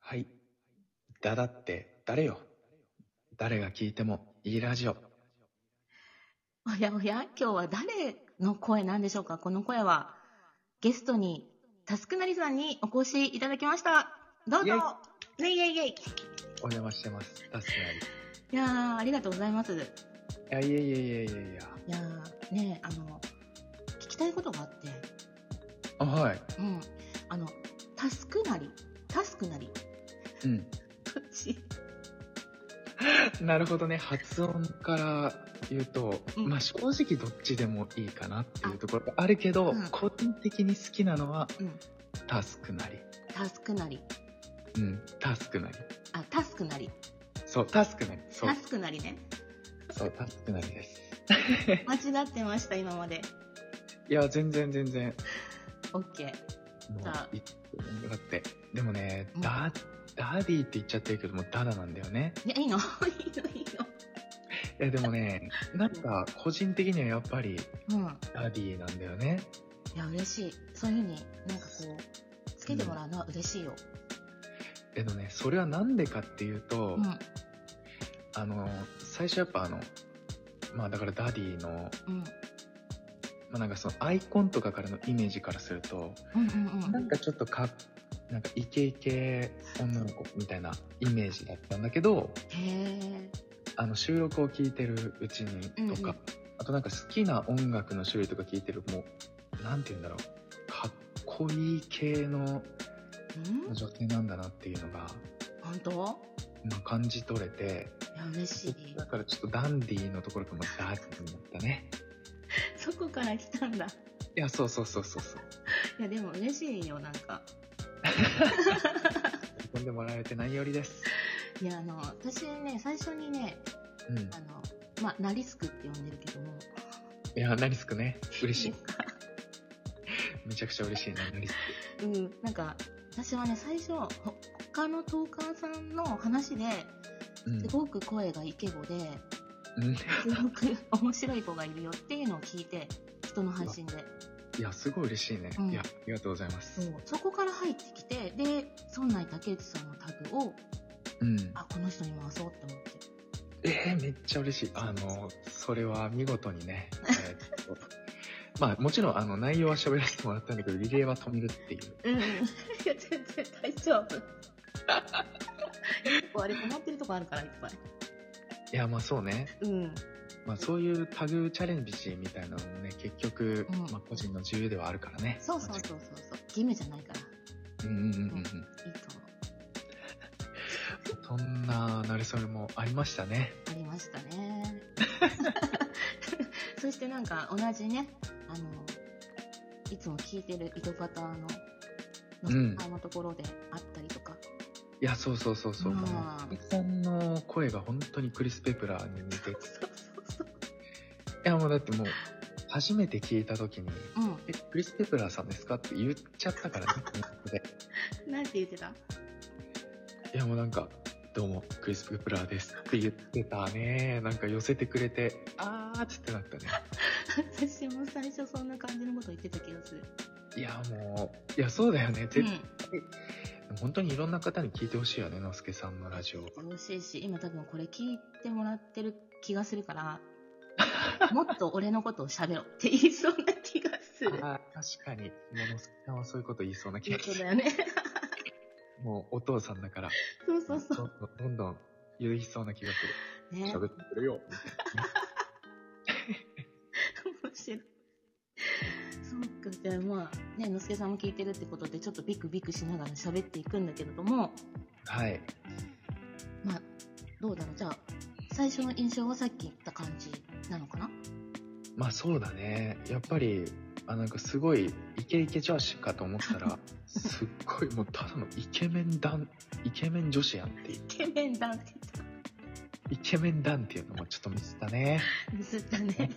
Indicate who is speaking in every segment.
Speaker 1: はい。だだって誰よ。誰が聞いてもいいラジオ。
Speaker 2: おやおや、今日は誰の声なんでしょうかこの声は、ゲストに、タスクなりさんにお越しいただきました。どうぞイェイイェイイェイい
Speaker 1: お邪魔してます。タスクなり。
Speaker 2: やー、ありがとうございます。い
Speaker 1: いやいやいやいやいやいや。
Speaker 2: やー、ねえ、あの、聞きたいことがあって、
Speaker 1: あ、はい。
Speaker 2: うん。あの、タスクなり、タスクなり、
Speaker 1: うん。
Speaker 2: どっち
Speaker 1: なるほどね。発音から言うと、
Speaker 2: うん
Speaker 1: まあ正直どっちでもいいかなっていうところがあるけど、
Speaker 2: うん
Speaker 1: 個人的に好きなのは、
Speaker 2: うん
Speaker 1: タスクなり。
Speaker 2: タスクなり、
Speaker 1: うん。タスクなり。
Speaker 2: あ、タスクなり、
Speaker 1: そう、タスクなり。そう
Speaker 2: タ、スクなりね。
Speaker 1: そう、タスクなりです。
Speaker 2: 間違ってました、今まで。
Speaker 1: いや、全然全然。
Speaker 2: オッケー。
Speaker 1: もう
Speaker 2: さ
Speaker 1: いだって、でもね、
Speaker 2: うん
Speaker 1: ダ、ダディって言っちゃってるけども、ダダなんだよね。
Speaker 2: いや、いいの いいのいい
Speaker 1: いや、でも ね、なんか、個人的にはやっぱり、
Speaker 2: の。うん。
Speaker 1: ダディなんだよね。
Speaker 2: いや、嬉しい。そういうふうに、なんかこう、つけてもらうのは嬉しいよ。
Speaker 1: えっとね、それはなんでかっていうと、
Speaker 2: うん、
Speaker 1: あの、最初やっぱあの、まあだからダディの、
Speaker 2: うん、
Speaker 1: まあなんかそのアイコンとかからのイメージからすると、
Speaker 2: うん、うん、うん。
Speaker 1: なんかちょっとか、なんかイケイケ女の子みたいなイメージだったんだけど、
Speaker 2: へえ。
Speaker 1: あの収録を聞いてるうちにとか、
Speaker 2: うんうん
Speaker 1: あとなんか好きな音楽の種類とか聞いてるもうなんて言うんだろうかっこいい系の
Speaker 2: うん、
Speaker 1: 女性なんだなっていうのが、
Speaker 2: 本当。
Speaker 1: まあ、感じ取れて
Speaker 2: いや、嬉 しい。
Speaker 1: だからちょっとダンディーのところからもダーティーになったね
Speaker 2: そこから来たんだ。い
Speaker 1: いやそうそうそうそうそう
Speaker 2: や、でも嬉しいよ、なんか。
Speaker 1: 喜んでもらえてないよりです
Speaker 2: いや、あの、私ね、最初にね、
Speaker 1: うんい
Speaker 2: あの、まあ、ナリスクって呼んでるけども。
Speaker 1: やナリスクね嬉し
Speaker 2: いい
Speaker 1: い
Speaker 2: ですか
Speaker 1: めちゃくちゃ嬉しいねナリス
Speaker 2: うん、なんか、私はね、最初、ほ他のトーカーさんの話で、
Speaker 1: クうん
Speaker 2: すごく声がイケボで、
Speaker 1: うん
Speaker 2: すごく面白い子がいるよっていうのを聞いて、人の配信で。
Speaker 1: いやすごい嬉しいね、
Speaker 2: うん
Speaker 1: いやありがとうございま
Speaker 2: そ
Speaker 1: す
Speaker 2: うそこから入ってきて、で、村内竹内さんのタグを、
Speaker 1: うん
Speaker 2: あ、この人に回そうって思って。
Speaker 1: えー、めっちゃ嬉しい。あの、それは見事にね。えーっと まあ、もちろん、あの、内容は喋らせてもらったんだけど、リレーは止めるっていう。
Speaker 2: うん。 いや、全然大丈夫。結構あれ困ってるとこあるから、いっぱい。
Speaker 1: いや、まあそうね。
Speaker 2: うん。うん。
Speaker 1: まあそういうタグチャレンジみたいなのもね、結局、
Speaker 2: うん
Speaker 1: まあ個人の自由ではあるからね。
Speaker 2: そうそうそうそうそう。義務じゃないから。
Speaker 1: うんうんうんうん。
Speaker 2: いいと思う。
Speaker 1: そんな、なれそれもありましたね。
Speaker 2: ありました ね。そしてなんか、同じね、あの、いつも聞いてる糸方の、
Speaker 1: う
Speaker 2: の
Speaker 1: ん
Speaker 2: のところであったりとか。
Speaker 1: いや、そうそうそうそう。
Speaker 2: うん
Speaker 1: もう、さんの声が本当にクリス・ペプラーに似て。い
Speaker 2: そうそうそう。
Speaker 1: や、もうだってもう、初めて聞いた時に、
Speaker 2: うん。
Speaker 1: え、クリス・ペプラーさんですかって言っちゃったからね、ネットで。
Speaker 2: なんて言ってた
Speaker 1: いやもうなんか、どうも、クリスププラーですって言ってたね。なんか寄せてくれて、あーっつってなったね。
Speaker 2: 私も最初そんな感じのこと言ってた気がする。
Speaker 1: いやもう、いやそうだよね。絶
Speaker 2: ん。
Speaker 1: 本当にいろんな方に聞いてほしいよね、のすけさんのラジオ。
Speaker 2: 楽しいし、今多分これ聞いてもらってる気がするから、 もっと俺のことを喋ろうって言いそうな気がする。
Speaker 1: あー確かに、もうのすけさんはそういうこと言いそうな気
Speaker 2: 本
Speaker 1: がする。
Speaker 2: 当だよ ね。
Speaker 1: もうお父さんだから、
Speaker 2: そうそうそ
Speaker 1: どんどんどんどん言いそうな気がす
Speaker 2: う。ね。
Speaker 1: る。
Speaker 2: 面
Speaker 1: 喋ってくれよ。
Speaker 2: 白い。そうか、じゃあまあ、ね、のすけさんも聞いてるってことで、ちょっとビクビクしながら喋っていくんだけれども、
Speaker 1: はい。
Speaker 2: まあ、どうだろう。じゃあ、最初の印象はさっき言った感じなのかな
Speaker 1: まあそうだね。やっぱり、あ、なんかすごいイケイケ女子かと思った ら、すっごいもうただのイケメン男、イケメン女子やんっていう。
Speaker 2: イケメンだ って
Speaker 1: イケメン男っていうのもちょっと見せたね。
Speaker 2: ミスったね。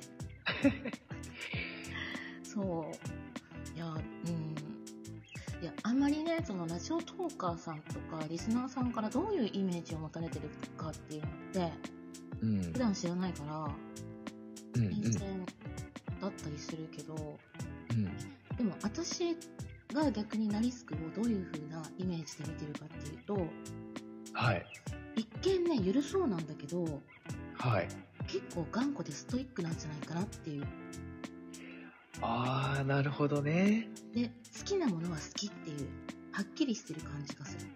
Speaker 2: そう。いや、うん。いや、あんまりね、そのラジオトーカーさんとか、リスナーさんからどういうイメージを持たれてるかっていうのって、
Speaker 1: うん。
Speaker 2: 普段知らないから、
Speaker 1: うんうん
Speaker 2: 新鮮だったりするけど、
Speaker 1: うん。
Speaker 2: でも私が逆にナリスクをどういう風なイメージで見てるかっていうと、
Speaker 1: はい。
Speaker 2: 一見ね、ゆるそうなんだけど、
Speaker 1: はい。
Speaker 2: 結構頑固でストイックなんじゃないかなっていう。
Speaker 1: あー、なるほどね。
Speaker 2: で、好きなものは好きっていう、はっきりしてる感じがする。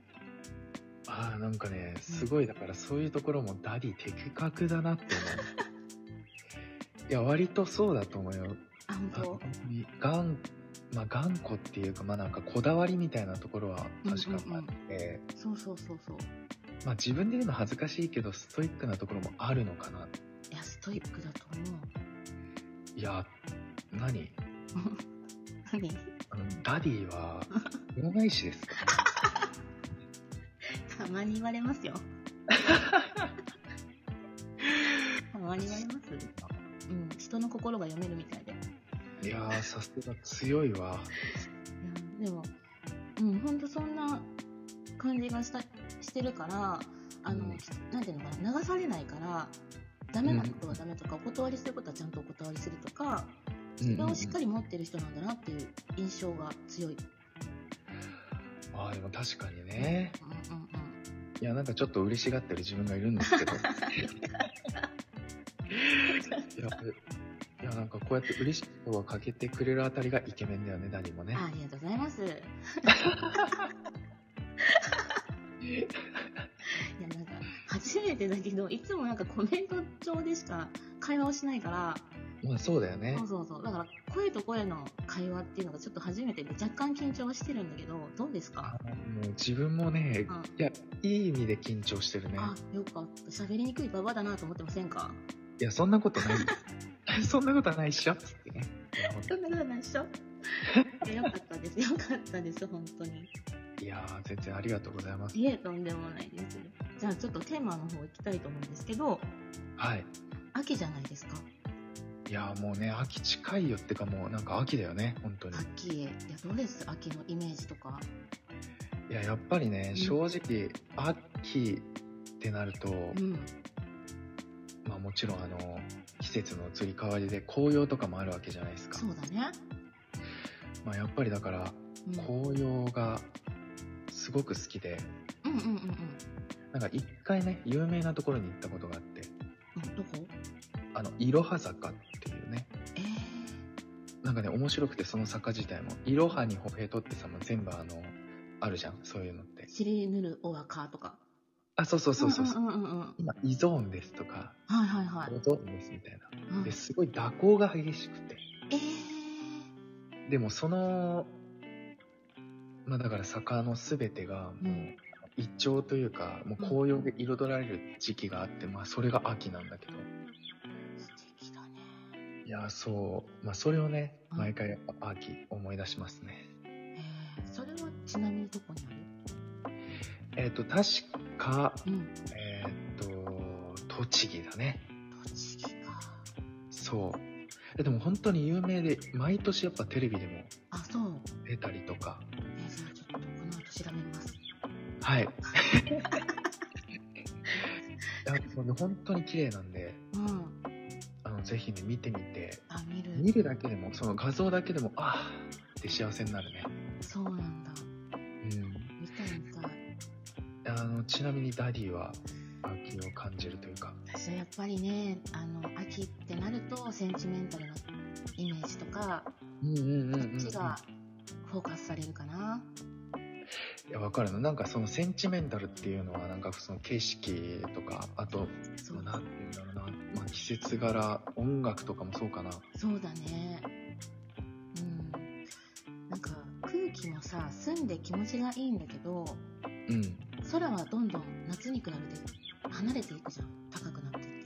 Speaker 1: あー、なんかね、すごい、だからそういうところもダディ的確だなって 思う。いや、割とそうだと思うよ。
Speaker 2: あ、本
Speaker 1: あの
Speaker 2: 当
Speaker 1: 本当に頑まあ、頑固っていうか、まあなんかこだわりみたいなところは確かにあって、
Speaker 2: そうそうそうそう。
Speaker 1: まあ自分で言うの恥ずかしいけど、ストイックなところもあるのかな。
Speaker 2: いや、ストイックだと思う。
Speaker 1: いや、何
Speaker 2: 何
Speaker 1: あの、ダディは、占い師ですか、
Speaker 2: たまに言われま すよ。たまに言われます。うん、人の心が読めるみたいで。い
Speaker 1: いやー、さすが強いわ。
Speaker 2: やでも、うん、ほんとそんな感じがしたしてるから、あの、
Speaker 1: うん
Speaker 2: なんていうのかな、流されないから、ダメなことはダメとか、お断りすることはちゃんとお断りするとか、
Speaker 1: うん
Speaker 2: それをしっか
Speaker 1: り。
Speaker 2: り持ってる人なんだなっていう印象が強い。
Speaker 1: あーでも確かにね。
Speaker 2: うんうんうん。
Speaker 1: いや、なんかちょっと嬉しがってる自分がいるんですけ ど。いや、いやなんかこうやって嬉しいことをかけてくれるあたりがイケメンだよね、ダディもね。
Speaker 2: あありがとうござい ます。いや、なんか、初めてだけど、いつもなんかコメント上でしか会話をしないから、
Speaker 1: まあそうだよね
Speaker 2: そう。そうそう。だから、声と声の会話っていうのがちょっと初めてで、若干緊張はしてるんだけど、どうです
Speaker 1: あ
Speaker 2: か
Speaker 1: もう自分もね、
Speaker 2: うん
Speaker 1: いや、いい意味で緊張してるね。
Speaker 2: あ、よかった。喋りにくいババアだなと思ってませ んか
Speaker 1: いや、そんなことない。 そんなことはないっしょつってね。いやほん
Speaker 2: そんなことないっしょいやよかったです。よかったです、本当に。
Speaker 1: といやー、全然ありがとうございます。
Speaker 2: いえ、とんでもないです。じゃあ、ちょっとテーマの方行きたいと思うんですけど、
Speaker 1: はい。
Speaker 2: 秋じゃないですか。
Speaker 1: いやー、もうね、秋近いよってか、もうなんか秋だよね、本当に。
Speaker 2: 秋へ。いや、どうです秋のイメージとか。
Speaker 1: いや、やっぱりね
Speaker 2: う、ん
Speaker 1: 正直、秋ってなると、
Speaker 2: うん。
Speaker 1: まあもちろんあの、季節の移り変わりで紅葉とかもあるわけじゃないですか
Speaker 2: そ。うだね。
Speaker 1: まあやっぱりだから、
Speaker 2: うん、
Speaker 1: 紅葉がすごく好きで、
Speaker 2: うんうんうんうん。
Speaker 1: なんか一回ね、有名なところに行ったことがあって、
Speaker 2: うんどこ
Speaker 1: あの、いろは坂っていうね、
Speaker 2: え
Speaker 1: なんかね、面白くてその坂自体も、いろはに歩兵とってさ、もう全部あの、あるじゃん、そういうのって
Speaker 2: ー、。知りぬるおわかとか。
Speaker 1: あ、そうそうそうそう。
Speaker 2: んうんうんうんうん。
Speaker 1: 今、イゾーンですとか、
Speaker 2: はいはいはい。
Speaker 1: ロゾーンですみたいな。
Speaker 2: うん
Speaker 1: で、すごい蛇行が激しくて。
Speaker 2: えー、
Speaker 1: でもその、まあだから坂のすべてが
Speaker 2: う。
Speaker 1: もうん一丁というか、もう紅葉で彩られる時期があって、まあそれが秋なんだけど。
Speaker 2: 素敵だね。
Speaker 1: いや、そう。まあそれをね、
Speaker 2: うん
Speaker 1: 毎回やっぱ秋思い出しますね。
Speaker 2: えー、それはちなみにどこにある
Speaker 1: えっ、と、確か、
Speaker 2: うん。
Speaker 1: えっ、と、栃木だね。
Speaker 2: 栃木か。
Speaker 1: そう。えでも本当に有名で、毎年やっぱテレビでも
Speaker 2: あ、そう。
Speaker 1: 出たりとか。
Speaker 2: えー、じゃあちょっとこの後調べます。
Speaker 1: はい。いやもうね本当に綺麗なんで、
Speaker 2: うん。
Speaker 1: あの、ぜひね、見てみて、
Speaker 2: あ、見る。
Speaker 1: 見るだけでも、その画像だけでも、ああって幸せになるね。
Speaker 2: そうなんだ。
Speaker 1: うん。
Speaker 2: 見たい見たい。
Speaker 1: あの、ちなみにダディは、秋を感じるというか。
Speaker 2: 私はやっぱりねあの秋ってなるとセンチメンタルなイメージとか
Speaker 1: うんうん
Speaker 2: こっちがフォーカスされるかな、
Speaker 1: いや、わかるの。なんかそのセンチメンタルっていうのは、なんかその景色とか、あと、
Speaker 2: そ
Speaker 1: まあ
Speaker 2: う
Speaker 1: なんていうんだろうな、まあ、季節柄、音楽とかもそうかな。
Speaker 2: そうだねうんなんか空気もさ澄んで気持ちがいいんだけど
Speaker 1: うん。
Speaker 2: 空はどんどん夏に比べて離れていくじゃん高くなっていって
Speaker 1: い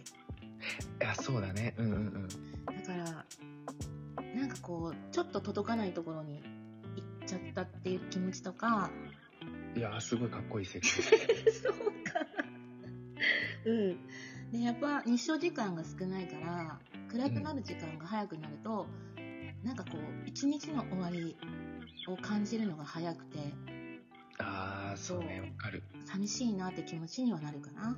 Speaker 1: や、そうだね。うんうんうん。
Speaker 2: だからなんかこうちょっと届かないところに行っちゃったっていう気持ちとか
Speaker 1: いやーすごいかっこいいセリフ
Speaker 2: そうかうん。で、やっぱ日照時間が少ないから、暗くなる時間が早くなると、なんかこう、一日の終わりを感じるのが早くて、
Speaker 1: ああそうねわかる
Speaker 2: 寂しいなって気持ちにはなるかな。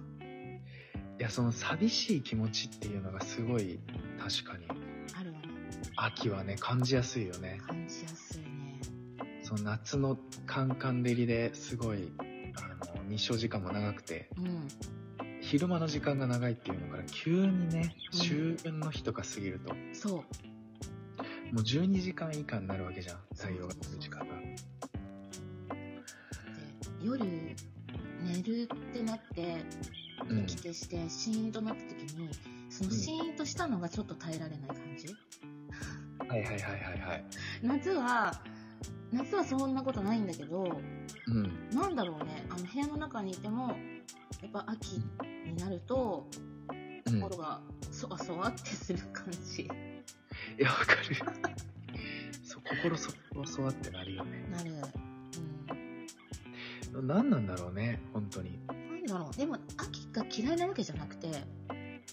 Speaker 1: いやその寂しい気持ちっていうのがすごい確かに
Speaker 2: あるわね。
Speaker 1: 秋はね感じやすいよね
Speaker 2: 感じやすいね。
Speaker 1: その夏のカンカン照りですごいあの日照時間も長くて
Speaker 2: うん。
Speaker 1: 昼間の時間が長いっていうのから急にね秋分の日とか過ぎると
Speaker 2: そう。
Speaker 1: もう12時間以下になるわけじゃん太陽が飛ぶ時間が
Speaker 2: で夜、寝るってなって、
Speaker 1: うん
Speaker 2: 起きてして、シーンとなった時に、そのシーンとしたのがちょっと耐えられない感じ。
Speaker 1: はいはいはいはいはい
Speaker 2: 夏は、夏はそんなことないんだけど、
Speaker 1: うん
Speaker 2: なんだろうね、あの部屋の中にいても、やっぱ秋になると、
Speaker 1: うん
Speaker 2: 心がそわそわってする感じ。
Speaker 1: いやわかる そう心そわそわってなるよね
Speaker 2: なる。
Speaker 1: 何なんだろうね本当に
Speaker 2: うん。なんだろう。でも、秋が嫌いなわけじゃなくて、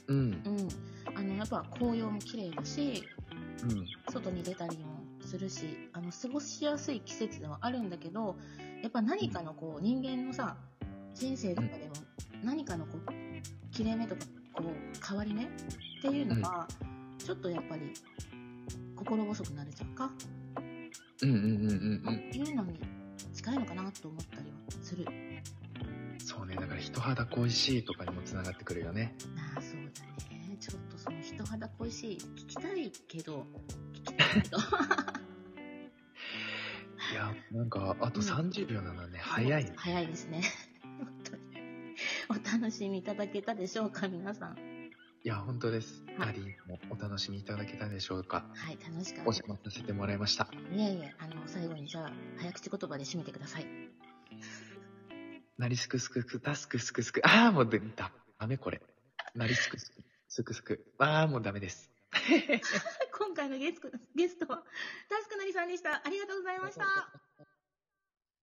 Speaker 1: うん
Speaker 2: うん。あの、やっぱ紅葉も綺麗だし、
Speaker 1: うん
Speaker 2: 外に出たりもするし、あの、過ごしやすい季節ではあるんだけど、やっぱ何かのこう、人間のさ、人生とかでも、何かのこう、切れ目とか、こう、変わり目っていうのは、ちょっとやっぱり、心細くなるじゃんか。
Speaker 1: うんうんうんうん
Speaker 2: いうのに近いのかなと思ったりはする。
Speaker 1: うんそうねだから人肌恋しいとかにもつながってくるよね
Speaker 2: なあ、そうだね。ちょっとその人肌恋しい。聞きたいけど、聞きたいけど。
Speaker 1: いやなんかあと
Speaker 2: うん
Speaker 1: 30秒なのね、早いね
Speaker 2: 早いですね。 本当にお楽しみいただけたでしょうか、皆さん。
Speaker 1: いや本当です
Speaker 2: はい
Speaker 1: 二人もお楽しみいただけたでしょうか
Speaker 2: はい、楽しか
Speaker 1: お
Speaker 2: った。
Speaker 1: 邪魔させてもらいました
Speaker 2: いえいえ、あの、最後にじゃあ、早口言葉で締めてください。
Speaker 1: なりすくすくすくたすくすくすくああもうでダメこれなりすくすくすくすくああもうダメです
Speaker 2: 今回のゲストゲストは、タスクなりさんでした。ありがとうございました。